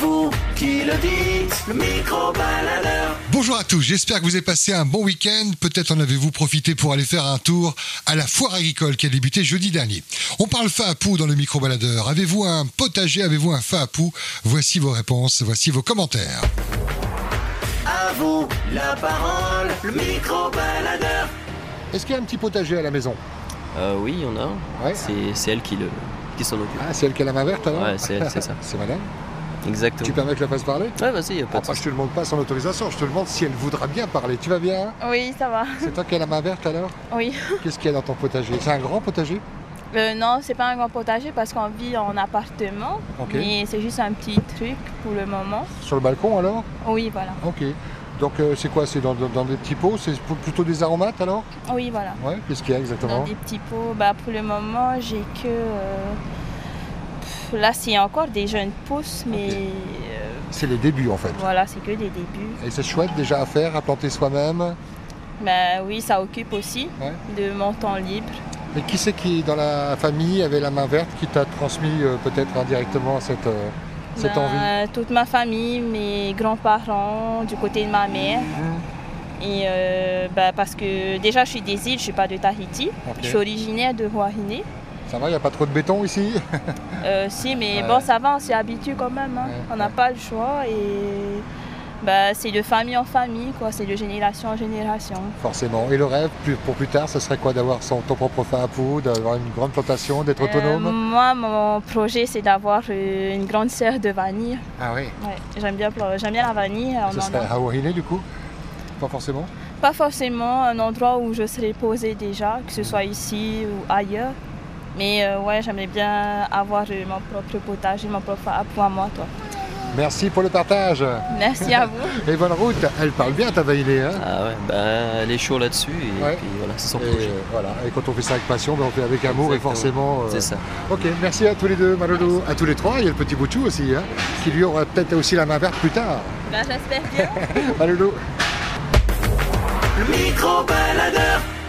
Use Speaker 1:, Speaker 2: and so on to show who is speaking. Speaker 1: vous qui le dites, le micro-baladeur.
Speaker 2: Bonjour à tous, j'espère que vous avez passé un bon week-end. Peut-être en avez-vous profité pour aller faire un tour à la foire agricole qui a débuté jeudi dernier. On parle fin à pou dans le micro-baladeur. Avez-vous un potager Avez-vous un fin à pou Voici vos réponses, voici vos commentaires.
Speaker 1: À vous la parole, le micro-baladeur.
Speaker 2: Est-ce qu'il y a un petit potager à la maison
Speaker 3: Euh, oui, il y en a. un.
Speaker 2: Ouais.
Speaker 3: C'est c'est elle qui, le- qui s'en occupe.
Speaker 2: Ah, c'est elle qui a la main verte alors
Speaker 3: Ouais, c'est elle, c'est ça.
Speaker 2: C'est madame
Speaker 3: Exactement.
Speaker 2: Ah, Tu Ah, permets que je la fasse parler
Speaker 3: Ouais, vas-y, y a pas de
Speaker 2: Après,
Speaker 3: souci.
Speaker 2: je te demande pas son autorisation, je te demande si elle voudra bien parler. Tu vas bien hein
Speaker 4: Oui, ça va.
Speaker 2: C'est toi qui as la main verte alors
Speaker 4: Oui.
Speaker 2: Qu'est-ce qu'il y a dans ton potager C'est un grand potager
Speaker 4: Euh, non, c'est pas un grand potager parce qu'on vit en appartement.
Speaker 2: Ok.
Speaker 4: Mais c'est juste un petit truc pour le moment.
Speaker 2: Sur le balcon alors
Speaker 4: Oui, voilà.
Speaker 2: Ok. Donc euh, c'est quoi C'est dans, dans- dans des petits pots C'est p- plutôt des aromates alors
Speaker 4: Oui, voilà.
Speaker 2: Ouais, qu'est-ce qu'il y a
Speaker 4: Dans
Speaker 2: exactement
Speaker 4: des petits pots. Bah, pour le moment, j'ai que. euh, pff, Là, c'est encore des jeunes pousses, mais
Speaker 2: Ok.
Speaker 4: euh,
Speaker 2: C'est les débuts en fait.
Speaker 4: voilà, c'est que des débuts.
Speaker 2: Et c'est chouette déjà à faire, à planter soi-même.
Speaker 4: Bah oui, ça occupe aussi
Speaker 2: Ouais.
Speaker 4: de mon temps libre.
Speaker 2: Mais qui c'est qui dans la famille avait la main verte qui t'a transmis euh, peut-être indirectement cette, euh, cette
Speaker 4: Ben,
Speaker 2: envie
Speaker 4: euh, Toute ma famille, mes grands-parents, du côté de ma mère.
Speaker 2: Mmh.
Speaker 4: Et euh, bah, parce que déjà, je suis des îles, je suis pas de Tahiti.
Speaker 2: Ok.
Speaker 4: Je suis originaire de Roahiné.
Speaker 2: Ça va, il n'y a pas trop de béton ici
Speaker 4: Euh, si, mais
Speaker 2: Ouais.
Speaker 4: bon, ça va, on s'y habitue quand même. hein.
Speaker 2: Ouais,
Speaker 4: On n'a
Speaker 2: ouais.
Speaker 4: pas le choix et bah, c'est de famille en famille, quoi. C'est de génération en génération.
Speaker 2: Forcément. Et le rêve plus- pour plus tard, ce serait quoi D'avoir son, ton propre fin à poudre, d'avoir une grande plantation, d'être
Speaker 4: Euh,
Speaker 2: autonome
Speaker 4: moi, mon projet, c'est d'avoir euh, une grande sœur de vanille.
Speaker 2: Ah oui.
Speaker 4: Ouais, j'aime bien, pla- j'aime bien la vanille. On
Speaker 2: Ce
Speaker 4: en a-
Speaker 2: serait à Wahine du coup Pas forcément
Speaker 4: Pas forcément un endroit où je serais posée déjà, que ce soit ici ou ailleurs. Mais euh, ouais, j'aimerais bien avoir euh, mon propre potager, mon propre appoint à moi, toi.
Speaker 2: Merci pour le partage
Speaker 4: Merci à vous.
Speaker 2: et bonne route. Elle parle bien ta Wahine, hein
Speaker 3: Ah ouais, bah elle est chaud là-dessus et
Speaker 2: Ouais.
Speaker 3: puis voilà, c'est son
Speaker 2: Et
Speaker 3: projet.
Speaker 2: voilà, et quand on fait ça avec passion, ben, on fait avec amour et
Speaker 3: Exactement.
Speaker 2: forcément. euh,
Speaker 3: C'est ça.
Speaker 2: Ok, merci à tous les deux, Malolo, à tous les trois. Il y a le petit Bouchou aussi, hein, qui lui aura peut-être aussi la main verte plus tard.
Speaker 4: Ben, J'espère bien.
Speaker 2: Malolo.
Speaker 1: Le micro-baladeur.